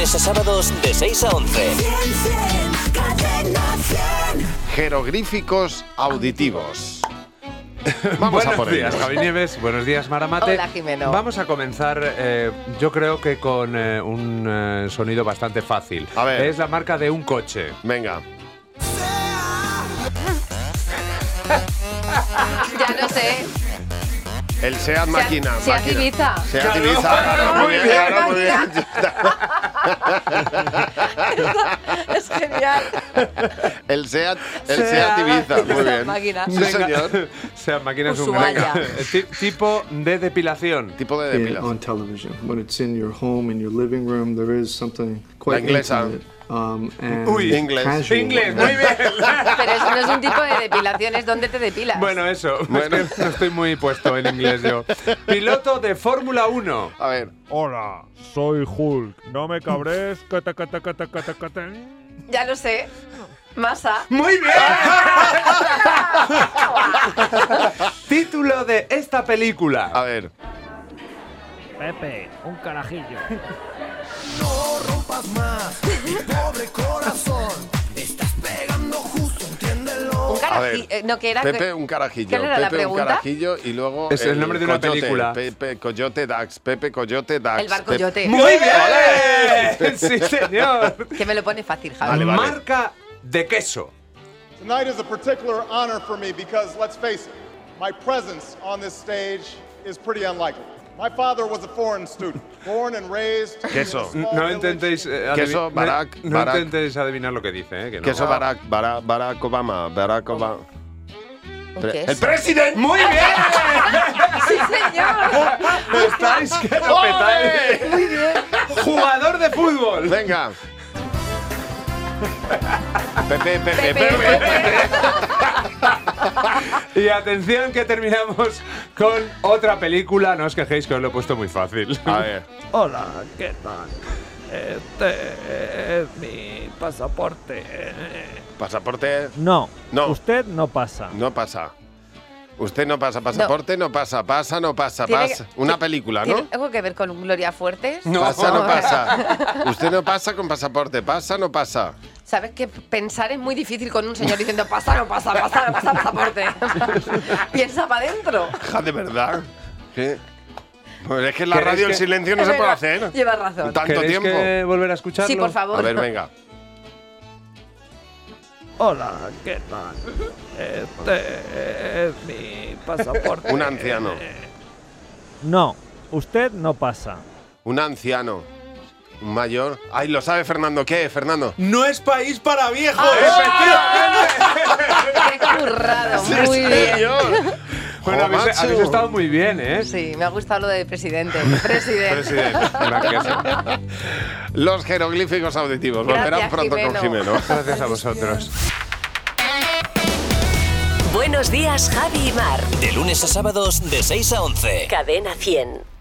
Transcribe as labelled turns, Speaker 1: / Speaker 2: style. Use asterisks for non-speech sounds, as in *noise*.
Speaker 1: a sábados de 6 a 11.
Speaker 2: Jerogríficos auditivos. Vamos
Speaker 3: buenos
Speaker 2: a por
Speaker 3: días,
Speaker 2: ellos.
Speaker 3: Javi Nieves. Buenos días, Maramate.
Speaker 4: Hola, Jimeno.
Speaker 3: Vamos a comenzar, eh, yo creo que con eh, un eh, sonido bastante fácil.
Speaker 2: A ver.
Speaker 3: Es la marca de un coche.
Speaker 2: Venga.
Speaker 4: Ya no sé.
Speaker 2: El Seat Máquina.
Speaker 4: Seat
Speaker 2: máquina.
Speaker 4: Ibiza.
Speaker 2: Seat Ibiza.
Speaker 3: *laughs*
Speaker 2: Claro, muy bien, claro, muy bien.
Speaker 4: es genial.
Speaker 2: El Seat, el
Speaker 3: Seat.
Speaker 2: Seat Ibiza. Muy
Speaker 4: Seat
Speaker 2: bien.
Speaker 4: Máquina.
Speaker 2: Sí,
Speaker 3: Venga.
Speaker 2: señor.
Speaker 3: *laughs* O sea, máquina es un gran... eh,
Speaker 4: Ushuaia.
Speaker 3: Ti- Tipo de depilación.
Speaker 2: Tipo de
Speaker 5: in,
Speaker 2: depilación.
Speaker 5: on television. When it's in your home, in your living room, there is something quite
Speaker 2: inglesa.
Speaker 5: intimate, um, and
Speaker 3: Uy.
Speaker 2: Inglés.
Speaker 5: casual.
Speaker 3: Inglés, muy bien. *laughs*
Speaker 4: Pero eso no es un tipo de depilación, es donde te depilas.
Speaker 3: Bueno, eso.
Speaker 2: Bueno.
Speaker 3: Es que no estoy muy puesto en inglés yo. Piloto de Fórmula 1.
Speaker 2: A ver.
Speaker 6: Hola, soy Hulk. No me cabres. Cata, cata, cata, cata, cata.
Speaker 4: ya lo sé. *laughs* Masa.
Speaker 3: ¡Muy bien! Título de esta película.
Speaker 2: A ver.
Speaker 6: Pepe, un carajillo.
Speaker 4: Un
Speaker 2: A ver.
Speaker 4: carajillo. eh, No, que era.
Speaker 2: Pepe un carajillo.
Speaker 4: ¿Cuál era la
Speaker 2: Pepe un
Speaker 4: pregunta?
Speaker 2: carajillo y luego.
Speaker 3: Es el nombre de una
Speaker 2: Coyote,
Speaker 3: película.
Speaker 2: Pepe Coyote Dax. Pepe Coyote Dax.
Speaker 4: El bar
Speaker 2: Pepe-
Speaker 4: coyote.
Speaker 3: ¡Muy bien!
Speaker 2: *laughs*
Speaker 3: ¡Sí, señor!
Speaker 4: Que me lo pone fácil, Javi.
Speaker 2: Vale, vale.
Speaker 3: Marca de queso.
Speaker 7: Tonight is a particular honor for me because, let's face it, my presence on this stage is pretty unlikely. My father was a foreign student, born and raised. in a
Speaker 2: Queso.
Speaker 7: small
Speaker 3: No
Speaker 7: village-
Speaker 3: intentéis, eh, adivi-
Speaker 2: Queso,
Speaker 3: no-
Speaker 2: Barack,
Speaker 3: no,
Speaker 2: Barack.
Speaker 3: intentéis adivinar lo que dice, eh, que no.
Speaker 2: Que eso Barack, Barack, Barack Obama. Barack Obama.
Speaker 4: ¿Un qué
Speaker 2: El
Speaker 4: es?
Speaker 2: presidente.
Speaker 3: ¡Muy *laughs* bien!
Speaker 4: ¡Sí, señor!
Speaker 3: ¡Estáis que lo petáis! ¡Muy bien! ¡Jugador
Speaker 2: *laughs*
Speaker 3: de fútbol!
Speaker 2: Venga. Pepe, *laughs* Pepe,
Speaker 4: Pepe,
Speaker 2: Pepe.
Speaker 4: Pepe.
Speaker 3: Y atención que terminamos con otra película. No os quejéis que os lo he puesto muy fácil.
Speaker 2: A ver.
Speaker 8: Hola, ¿qué tal? Este es mi pasaporte.
Speaker 2: Pasaporte.
Speaker 6: No,
Speaker 2: No.
Speaker 6: usted no pasa.
Speaker 2: No pasa. Usted no pasa pasaporte, no, pasa, pasa, no pasa,
Speaker 4: Tiene
Speaker 2: pasa.
Speaker 4: que-
Speaker 2: Una película, ¿no?
Speaker 4: ¿Tiene algo que ver con Gloria Fuertes?
Speaker 3: No.
Speaker 2: Pasa, no
Speaker 4: Ah. *laughs*
Speaker 2: pasa. Usted no pasa con pasaporte, pasa, no pasa.
Speaker 4: ¿Sabes que pensar es muy difícil con un señor diciendo pasa, no pasa, pasa, no
Speaker 2: *laughs*
Speaker 4: pasa, pasaporte? Piensa para adentro.
Speaker 2: Ja, de verdad. ¿Qué? Pues es que en la
Speaker 3: ¿Queréis
Speaker 2: radio el
Speaker 3: que-
Speaker 2: silencio no
Speaker 4: Es
Speaker 2: se puede
Speaker 4: verdad,
Speaker 2: hacer.
Speaker 4: Llevas razón.
Speaker 2: Tanto
Speaker 3: ¿Queréis
Speaker 2: tiempo.
Speaker 3: que volver a escucharlo?
Speaker 4: Sí, por favor.
Speaker 2: A ver, venga.
Speaker 8: Hola, ¿qué tal? Este es mi pasaporte.
Speaker 2: Un anciano.
Speaker 6: No, usted no pasa.
Speaker 2: Un anciano. Un mayor. Ay, lo sabe Fernando. ¿Qué, Fernando?
Speaker 3: ¡No es país para viejos!
Speaker 4: ¡Qué currado! Muy bien.
Speaker 3: Bueno,
Speaker 2: Jo,
Speaker 3: habéis,
Speaker 2: macho.
Speaker 3: habéis estado muy bien, ¿eh?
Speaker 4: Sí, me ha gustado lo de presidente. Presidente.
Speaker 3: Presidente. Gracias.
Speaker 2: Los jeroglíficos auditivos. Volverán
Speaker 4: Gracias,
Speaker 2: pronto con
Speaker 4: Jimeno.
Speaker 2: Jimeno.
Speaker 3: Gracias a vosotros.
Speaker 9: Buenos días, Javi y Mar.
Speaker 1: De lunes a sábados de 6 a 11.
Speaker 9: Cadena 100.